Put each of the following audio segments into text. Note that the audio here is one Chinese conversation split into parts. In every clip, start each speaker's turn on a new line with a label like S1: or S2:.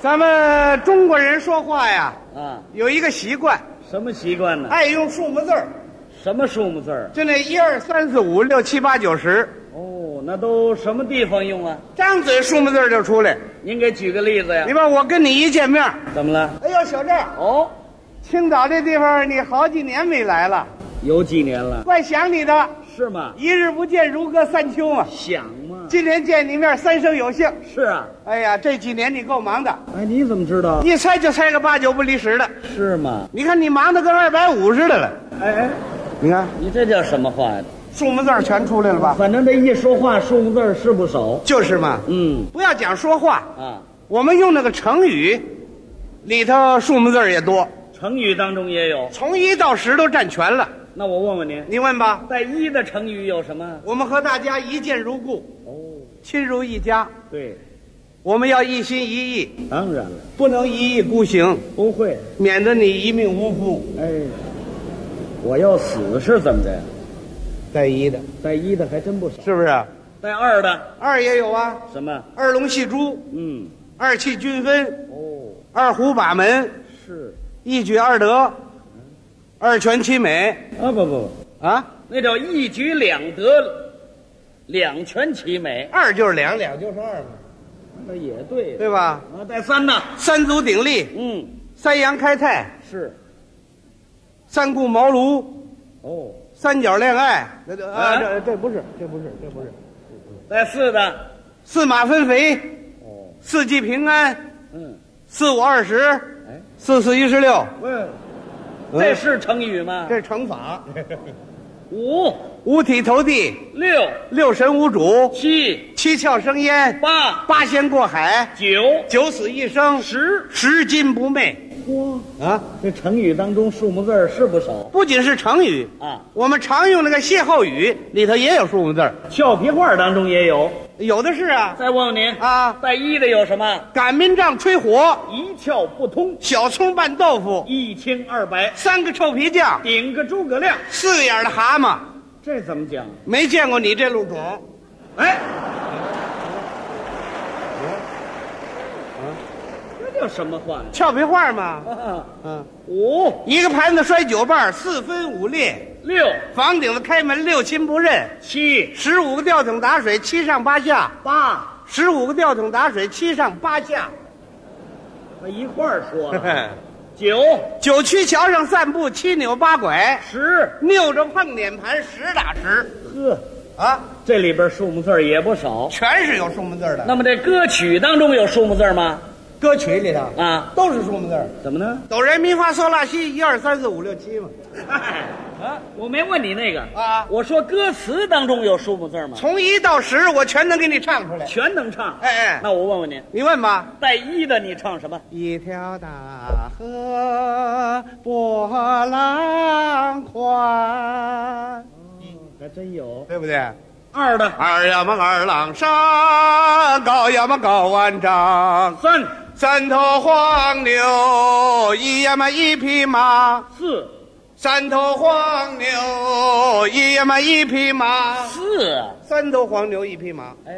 S1: 咱们中国人说话呀，
S2: 啊，哎
S1: 有一个习惯，
S2: 什么习惯呢？
S1: 爱用数目字儿，
S2: 什么数目字儿？
S1: 就那一二三四五六七八九十，
S2: 哦，那都什么地方用啊？
S1: 张嘴数目字儿就出来。
S2: 您给举个例子呀
S1: 你？把我跟你一见面，
S2: 怎么了？
S1: 哎呦，小郑，
S2: 哦，
S1: 青岛这地方你好几年没来了，
S2: 有几年了？
S1: 怪想你的。
S2: 是吗？
S1: 一日不见，如隔三秋嘛。
S2: 想吗？
S1: 今天见你面，三生有幸。
S2: 是啊。
S1: 哎呀，这几年你够忙的，
S2: 哎，你怎么知道？
S1: 一猜就猜个八九不离十的。
S2: 是吗？
S1: 你看你忙的跟二百五似的了。
S2: 哎哎，
S1: 你看
S2: 你这叫什么话呀？
S1: 数目字儿全出来了吧？
S2: 反正这一说话，数目字儿是不少。
S1: 就是嘛，
S2: 嗯
S1: 不要讲说话，
S2: 啊，
S1: 我们用那个成语，里头数目字儿也多，
S2: 成语当中也有。
S1: 从一到十都占全了。
S2: 那我问问您，
S1: 你问吧，
S2: 带“一”的成语有什么？
S1: 我们和大家一见如故，
S2: 哦，
S1: 亲如一家，
S2: 对，
S1: 我们要一心一意，
S2: 当然了，
S1: 不能一意孤行，
S2: 不会。
S1: 免得你一命呜呼。
S2: 哎，我要死是怎么着呀？
S1: 带一的，
S2: 带一的还真不少，
S1: 是不是？
S2: 带二的
S1: 二也有啊，
S2: 什么？
S1: 二龙戏珠，
S2: 嗯，
S1: 二气均分，
S2: 哦，
S1: 二虎把门，
S2: 是
S1: 一举二得，二全其美
S2: 啊，不不，
S1: 啊。
S2: 那叫一举两得，两全其美。
S1: 二就是两，两就是二嘛，
S2: 那也对
S1: 对吧？
S2: 啊，带三的，
S1: 三足鼎立，
S2: 嗯，
S1: 三阳开泰，
S2: 是
S1: 三顾茅庐，
S2: 哦，
S1: 三角恋爱，呃那就
S2: 啊
S1: 这这不是，这不是，这不是。
S2: 带四的，
S1: 四马分肥，
S2: 哦，
S1: 四季平安，
S2: 嗯，
S1: 四五二十，
S2: 哎，
S1: 四四一十六，嗯
S2: 喂，这是成语吗？
S1: 这是乘法。
S2: 五
S1: 五体投地，
S2: 六
S1: 六神无主，
S2: 七
S1: 七窍生烟，
S2: 八
S1: 八仙过海，
S2: 九
S1: 九死一生，
S2: 十，
S1: 十金不昧
S2: 哇，
S1: 啊！
S2: 这成语当中数目字儿是不少
S1: 不仅是成语，
S2: 啊，
S1: 我们常用那个歇后语里头也有数目字儿，
S2: 俏皮话当中也有。
S1: 有的是啊
S2: 再问问您
S1: 啊。
S2: 带一的有什么？
S1: 擀面杖吹火，
S2: 一窍不通，
S1: 小葱拌豆腐，
S2: 一清二白，
S1: 三个臭皮匠，
S2: 顶个诸葛亮，
S1: 四个眼儿的蛤蟆，
S2: 这怎么讲？
S1: 没见过你这路种。
S2: 哎，哎这叫什么话
S1: 俏皮话嘛，
S2: 呀？
S1: 嗯，
S2: 五
S1: 一个盘子摔九瓣儿，四分五裂，
S2: 六
S1: 房顶子开门六亲不认，
S2: 七
S1: 十五个吊桶打水七上八下，
S2: 八，
S1: 十五个吊桶打水七上八 下。
S2: 那一块儿说 了。九
S1: 九曲桥上散步，七扭八拐，
S2: 十，
S1: 扭着碰脸盘，实打实
S2: 呵，
S1: 啊，
S2: 这里边数目字儿也不少。
S1: 全是有数目字儿的。
S2: 那么这歌曲当中有数目字儿吗？
S1: 歌曲里头
S2: 啊，
S1: 都是数目字儿，
S2: 怎么 呢？
S1: 哆来咪发嗦拉西，一二三四五六七嘛。
S2: 嗨，啊，我没问你那个
S1: 啊
S2: 我说歌词当中有数目字儿吗？
S1: 从一到十，我全能给你唱出来。
S2: 全能唱。
S1: 哎哎
S2: 那我问问您，
S1: 你问吧。
S2: 带一的你唱什么？
S1: 一条大河波浪宽，
S2: 还真有。
S1: 对不对？
S2: 二的
S1: 二呀嘛二郎山，高呀嘛高万丈，
S2: 三
S1: 三头黄牛，一呀嘛一匹马，
S2: 四
S1: 三头黄牛，一呀嘛一匹马，
S2: 四，
S1: 三头黄牛一匹马，
S2: 哎，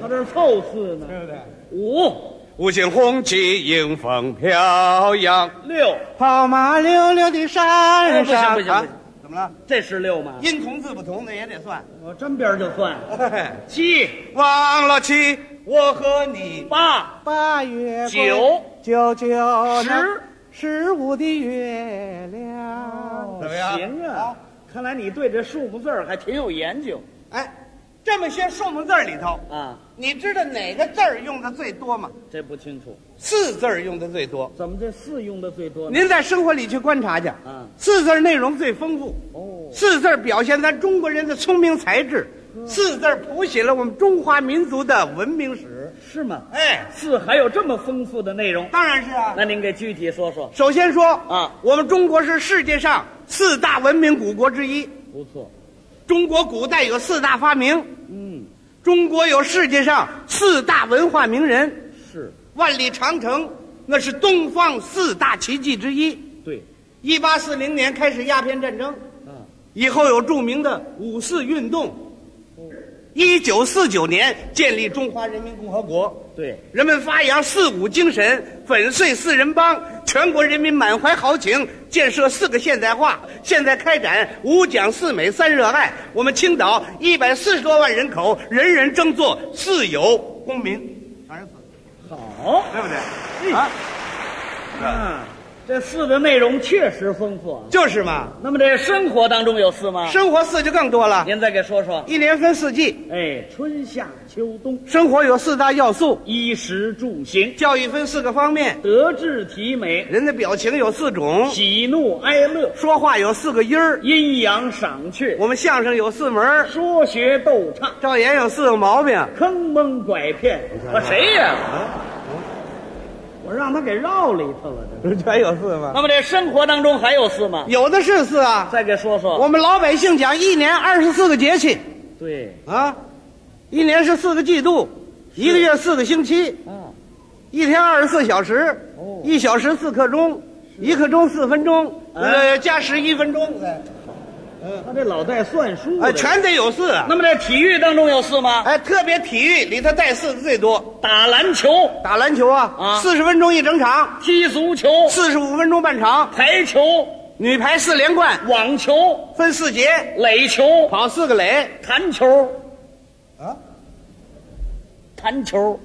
S2: 他这是凑四呢。
S1: 对不对？
S2: 五
S1: 五星红旗迎风飘扬。
S2: 六，
S1: 跑马溜溜的山上，
S2: 哎不行不行
S1: 啊
S2: 不行
S1: 怎么了？
S2: 这是六吗？
S1: 音同字不同的也得算。
S2: 我沾边儿就算。七
S1: 忘了七，我和你
S2: 八
S1: 八月桂
S2: 九
S1: 九九
S2: 十
S1: 十五的月亮，怎么样？
S2: 行啊，看来你对这数目字儿还挺有研究
S1: 哎，这么些数目字儿里头，
S2: 啊。
S1: 你知道哪个字儿用的最多吗？
S2: 这不清楚，
S1: 四字儿用的最多。
S2: 怎么这四用的最多呢？
S1: 您在生活里去观察去，
S2: 嗯
S1: 四字儿内容最丰富。
S2: 哦，
S1: 四字儿表现咱中国人的聪明才智，四字儿谱写了我们中华民族的文明史。
S2: 是吗？
S1: 哎，
S2: 四还有这么丰富的内容？
S1: 当然是啊。
S2: 那您给具体说说。
S1: 首先说
S2: 啊，
S1: 我们中国是世界上四大文明古国之一。
S2: 不错，
S1: 中国古代有四大发明，
S2: 嗯，
S1: 中国有世界上四大文化名人。
S2: 是
S1: 万里长城那是东方四大奇迹之一。
S2: 对，
S1: 一八四零年开始鸦片战争，
S2: 嗯，
S1: 以后有著名的五四运动，一九四九年建立中华人民共和国。
S2: 对，
S1: 人们发扬四五精神，粉碎四人帮，全国人民满怀豪情，建设四个现代化。现在开展五讲四美三热爱，我们青岛一百四十多万人口，人人争做四有公民，全是四，
S2: 好，
S1: 对不对？
S2: 嗯
S1: 啊，
S2: 啊，这四的内容确实丰富啊。
S1: 就是嘛，
S2: 那么这生活当中有四吗？
S1: 生活四就更多了，
S2: 您再给说说。
S1: 一年分四季，
S2: 啊哎，春夏秋冬，
S1: 生活有四大要素，
S2: 衣食住行，
S1: 教育分四个方面，
S2: 德智体美，
S1: 人的表情有四种，
S2: 喜怒哀乐，
S1: 说话有四个音儿，
S2: 阴阳赏却，
S1: 我们相声有四门儿，
S2: 说学逗唱，
S1: 赵岩有四个毛病。
S2: 坑蒙拐骗。我谁呀？啊我让他给绕里头了。这
S1: 全有四吗？
S2: 那么这生活当中还有四吗？
S1: 有的是四啊！
S2: 再给说说。
S1: 我们老百姓讲一年二十四个节气
S2: 对，
S1: 啊，一年是四个季度，一个月四个星期，
S2: 啊，
S1: 一天二十四小时
S2: 哦，
S1: 一小时四刻钟，一刻钟四分钟，
S2: 哎
S1: 呃，加十一分钟，
S2: 他这老在算数
S1: 哎，
S2: 的。
S1: 全得有四啊！
S2: 那么这体育当中有四吗？
S1: 哎，特别体育里头带四的最多，
S2: 打篮球、
S1: 打篮球啊
S2: 啊，
S1: 四十分钟一整场，
S2: 踢足球、
S1: 四十五分钟半场，
S2: 排球、
S1: 女排四连冠，
S2: 网球、
S1: 分四节，
S2: 垒球、
S1: 跑四个垒，
S2: 弹球。
S1: 啊，
S2: 弹球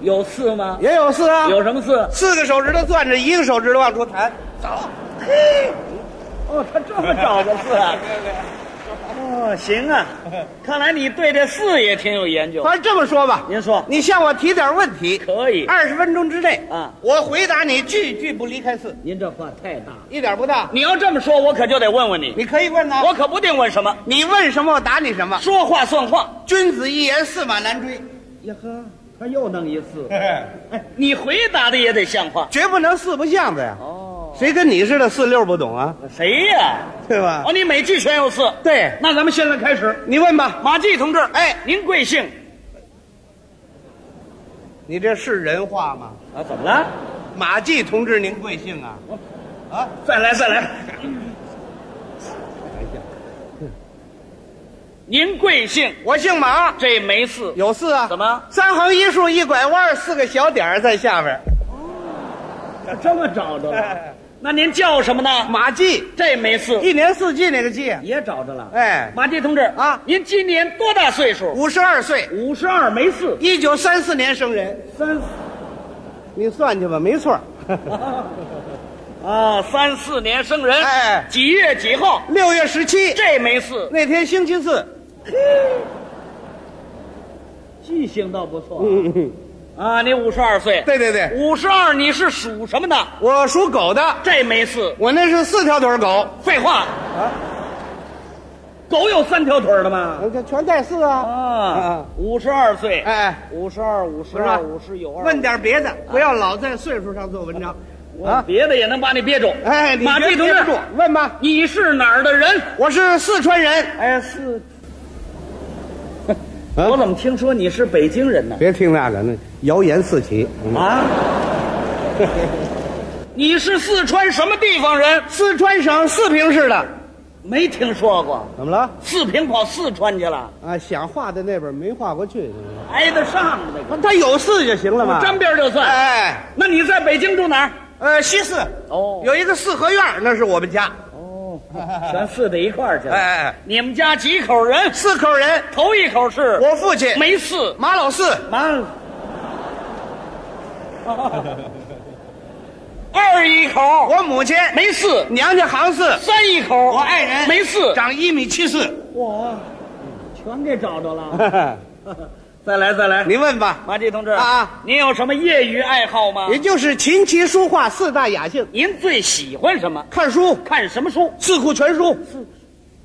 S2: 有四吗？
S1: 也有四啊，
S2: 有什么四？
S1: 四个手指头攥着，一个手指头往出弹。
S2: 哦，他这么找的四 啊？哦，行 啊，看来你对这四也挺有研究。
S1: 反正这么说吧，
S2: 您说
S1: 你向我提点问题，
S2: 可以？
S1: 二十分钟之内
S2: 啊，
S1: 我回答你句句不离开四，
S2: 您这话太大了。
S1: 一点不大。
S2: 你要这么说，我可就得问问你，
S1: 你可以问呐，
S2: 我可不定问什么，
S1: 你问什么我答你什么。
S2: 说话算话。
S1: 君子一言，驷马难 追，
S2: 呀呵，他又弄一四。哎，你回答的也得像话。
S1: 绝不能四不像的呀。
S2: 哦，
S1: 谁跟你似的四六不懂啊？
S2: 谁呀、
S1: 对吧？
S2: 哦，你每句全有四。
S1: 对，
S2: 那咱们现在开始。
S1: 你问吧。
S2: 马季同志，
S1: 哎，
S2: 您贵姓？
S1: 你这是人话吗？
S2: 啊，怎么了？
S1: 马季同志，您贵姓啊？啊，
S2: 再来，再来。 您贵姓？
S1: 我姓马，
S2: 这没四。
S1: 有四啊。
S2: 怎么
S1: 三横一竖一拐弯，四个小点儿在下边儿。
S2: 这么找着了？ 那您叫什么呢？
S1: 马季，
S2: 这没四，
S1: 一年四季那个季，
S2: 也找着了。
S1: 哎，
S2: 马季同志
S1: 啊
S2: 您今年多大岁数？
S1: 五十二岁，
S2: 五十二没四，
S1: 一九三四年生人，
S2: 三
S1: 你算去吧，没错 儿。
S2: 啊，三四年生人，
S1: 哎
S2: 几月几号？
S1: 六月十七
S2: 这没四，
S1: 那天星期四，
S2: 记性倒不错
S1: 嗯，嗯
S2: 啊。你五十二岁，
S1: 对对对，
S2: 五十二你是属什么的？
S1: 我属狗的，
S2: 这没四，
S1: 我那是四条腿儿狗，
S2: 废话啊，狗有三条腿儿的吗？
S1: 这全带四啊。
S2: 啊，五十二岁，
S1: 哎，
S2: 五十二，五十
S1: 是吧
S2: 二，五十有二，
S1: 问点别的，不要老在岁数上做文章。
S2: 啊，别的也能把你憋住。
S1: 哎，你
S2: 马
S1: 别
S2: 季同
S1: 憋不
S2: 志
S1: 住，，问吧。
S2: 你是哪儿的人？
S1: 我是四川人，
S2: 哎，是。 啊我怎么听说你是北京人呢？
S1: 别听那个，那谣言四起。
S2: 啊？你是四川什么地方人？
S1: 四川省四平市的，
S2: 没听说过。
S1: 怎么了？
S2: 四平跑四川去了，
S1: 啊，想画的那边没画过去，
S2: 挨得上那个。
S1: 他有四就行了嘛。
S2: 沾边就算。
S1: 哎，
S2: 那你在北京住哪儿？
S1: 呃，西四
S2: 哦
S1: 有一个四合院儿，那是我们家。
S2: 哦，全四在一块儿去了。
S1: 哎，
S2: 你们家几口人？
S1: 四口人，
S2: 头一口是
S1: 我父亲
S2: 没四，
S1: 马老四，
S2: 完了。 二一口
S1: 我母亲
S2: 没四，
S1: 娘家行四，
S2: 三一口
S1: 我爱人
S2: 没四，
S1: 长一米七 四。
S2: 我全给找着了。再来再来，
S1: 您问吧，
S2: 马季同志
S1: 啊，
S2: 您有什么业余爱好吗？
S1: 也就是琴棋书画四大雅兴，
S2: 您最喜欢什么？
S1: 看书
S2: 看什么书？
S1: 四库全书，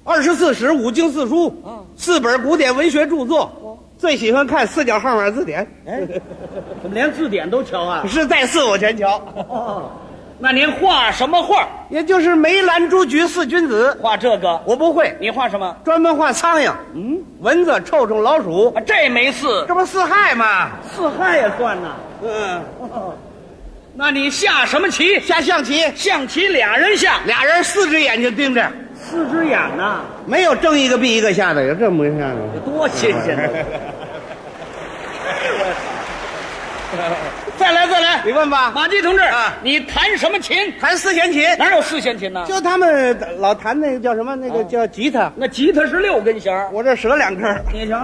S1: 二十四史、五经四书，
S2: 嗯哦
S1: 四本古典文学著作。最喜欢看四角号码字典，
S2: 哎，怎么连字典都瞧啊？
S1: 是在四我全瞧，
S2: 哦，那您画什么画？
S1: 也就是梅兰竹菊四君子，
S2: 画这个？
S1: 我不会，
S2: 你画什么？
S1: 专门画苍蝇、
S2: 嗯，
S1: 蚊子、臭虫、老鼠，
S2: 啊，这没四，
S1: 这不四害吗？
S2: 四害也算呐。
S1: 嗯，
S2: 那你下什么棋？
S1: 下象棋，
S2: 象棋俩人下，
S1: 俩人四只眼睛盯着，
S2: 四只眼呐，
S1: 没有睁一个闭一个下的，有这么回事吗？
S2: 多新鲜呢！ 再来再来，
S1: 你问吧，
S2: 马季同志
S1: 啊
S2: 你弹什么琴？
S1: 弹四弦琴，
S2: 哪有四弦琴呢？
S1: 就他们老弹那个叫什么，那个叫吉他，
S2: 那吉他是六根弦儿
S1: 我这折两根儿。
S2: 你瞧，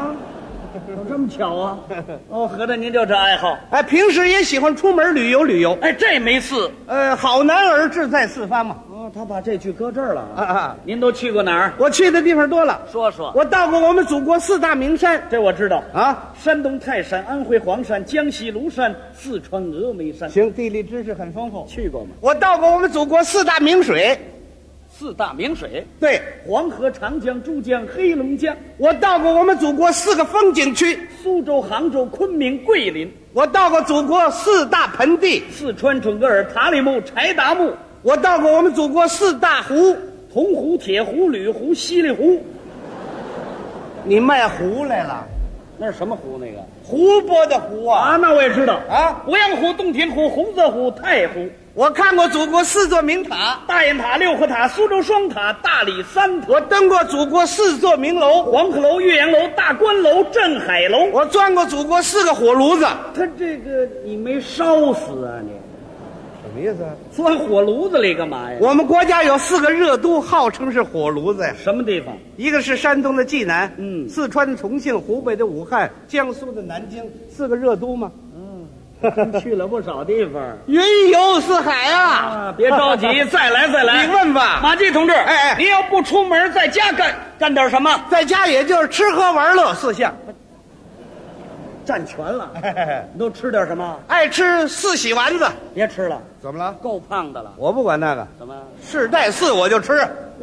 S2: 有这么巧啊！哦，合着您就这爱好？
S1: 哎，平时也喜欢出门旅游旅游。
S2: 哎，这没四。
S1: 呃，好男儿志在四方嘛。
S2: 哦，他把这句搁这儿了
S1: 啊
S2: 啊！
S1: 啊，
S2: 您都去过哪儿？
S1: 我去的地方多了，
S2: 说说。
S1: 我到过我们祖国四大名山
S2: 这我知道，
S1: 啊。
S2: 山东泰山、安徽黄山、江西庐山、四川峨眉山，
S1: 行，地理知识很丰富。
S2: 去过吗？
S1: 我到过我们祖国四大名水，
S2: 四大名水：
S1: 对
S2: 黄河、长江、珠江、黑龙江、
S1: 我到过我们祖国四个风景区，
S2: 苏州、杭州、昆明、桂林、
S1: 我到过祖国四大盆地，
S2: 四川准格尔、塔里木、柴达木、
S1: 我到过我们祖国四大湖。
S2: 铜湖、铁湖、吕湖、西里湖。
S1: 你卖湖来了？
S2: 那是什么湖？那个
S1: 湖泊的湖啊
S2: 啊，那我也知道
S1: 啊！
S2: 鄱阳湖、洞庭湖、洪泽湖、太湖、
S1: 我看过祖国四座名塔，
S2: 大雁塔、六合塔、苏州双塔、大理三塔、
S1: 我登过祖国四座名楼，
S2: 黄鹤楼、岳阳楼、大观楼、镇海楼。
S1: 我钻过祖国四个火炉子。
S2: 他这个你没烧死啊你？
S1: 什么意思啊？
S2: 钻火炉子里干嘛呀？
S1: 我们国家有四个热都，号称是火炉子呀。
S2: 什么地方？
S1: 一个是山东的济南，
S2: 嗯
S1: 四川的重庆，湖北的武汉，江苏的南京，四个热都嘛。
S2: 去了不少地方
S1: 云游四海啊！
S2: 啊！别着急，再来再来。
S1: 你问吧
S2: 马季同志，
S1: 哎哎
S2: 您要不出门，在家干干点什么？
S1: 在家也就是吃喝玩乐四项，
S2: 占全了， 你都吃点什么？
S1: 爱吃四喜丸子。
S2: 别吃了，
S1: 怎么了？
S2: 够胖的了。
S1: 我不管那个，
S2: 怎么？
S1: 世代四我就吃。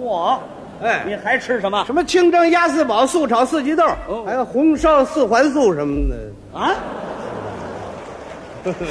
S2: 嚯，
S1: 哎，
S2: 你还吃什么？
S1: 什么清蒸鸭四宝、素炒四季豆，
S2: 哦
S1: 还有红烧四环素什么的，
S2: 啊？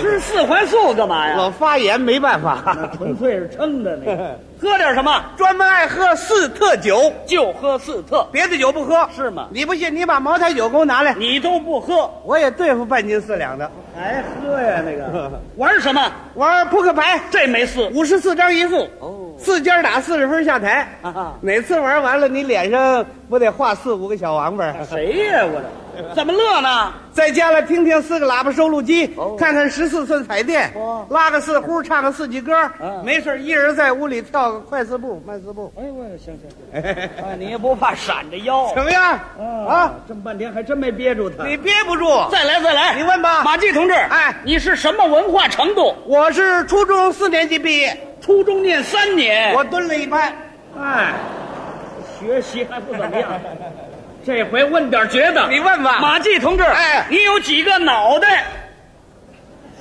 S2: 吃四环素干嘛呀？
S1: 老发炎没办
S2: 那
S1: 法。
S2: 纯粹是撑的 那个。喝点什么？
S1: 专门爱喝四特酒，
S2: 就喝四特，
S1: 别的酒不喝。
S2: 是吗？
S1: 你不信，你把茅台酒给我拿来，
S2: 你都不喝，
S1: 我也对付半斤四两的。
S2: 还喝呀？那 个玩什么？
S1: 玩扑克牌，
S2: 这没事。
S1: 五十四张一副，
S2: 哦
S1: 四尖打四十分下台。
S2: 啊
S1: 哪次玩完了，你脸上不得画四五个小王八儿？
S2: 谁呀、我这怎么乐呢？
S1: 在家了听听四个喇叭收录机，
S2: 哦
S1: 看看十四寸彩电，
S2: 哇
S1: 拉个四呼，唱个四季歌。
S2: 嗯
S1: 没事儿，一人在屋里跳个快四步、慢四步，
S2: 哎，我行行 行，哎，你也不怕闪着腰
S1: 怎么样？
S2: 嗯
S1: 啊，，
S2: 这么半天还真没憋住他。
S1: 你憋不住。
S2: 再来再来，
S1: 你问吧
S2: 马季同志，
S1: 哎
S2: 你是什么文化程度？
S1: 我是初中四年级毕业，
S2: 初中念三年，
S1: 我蹲了一拍。
S2: 哎，学习还不怎么 样。这回问啊点觉得，
S1: 你问吧
S2: 马季同志，
S1: 哎
S2: 你有几个脑袋？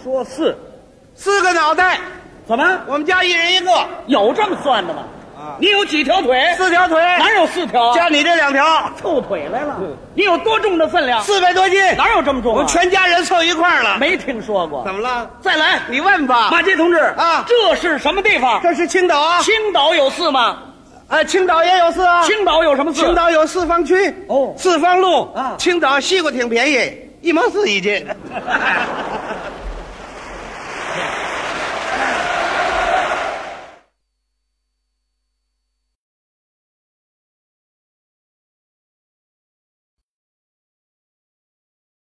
S2: 说四，
S1: 四个脑袋，
S2: 怎么
S1: 我们家一人一个，
S2: 有这么算的吗？
S1: 啊
S2: 你有几条腿？
S1: 四条腿，
S2: 哪有四条啊？
S1: 加你这两条，
S2: 凑腿来了。你有多重的分量？
S1: 四百多斤，
S2: 哪有这么重、
S1: 我
S2: 啊？
S1: 们全家人凑一块儿了。
S2: 没听说过。
S1: 怎么了？
S2: 再来，
S1: 你问吧。
S2: 马杰同志
S1: 啊
S2: 这是什么地方？
S1: 这是青岛啊，
S2: 青岛有四吗？
S1: 啊，青岛也有四啊。
S2: 青岛有什么四？
S1: 青岛有四方区
S2: 哦
S1: 四方路
S2: 啊
S1: 青岛西瓜挺便宜，一毛四一斤。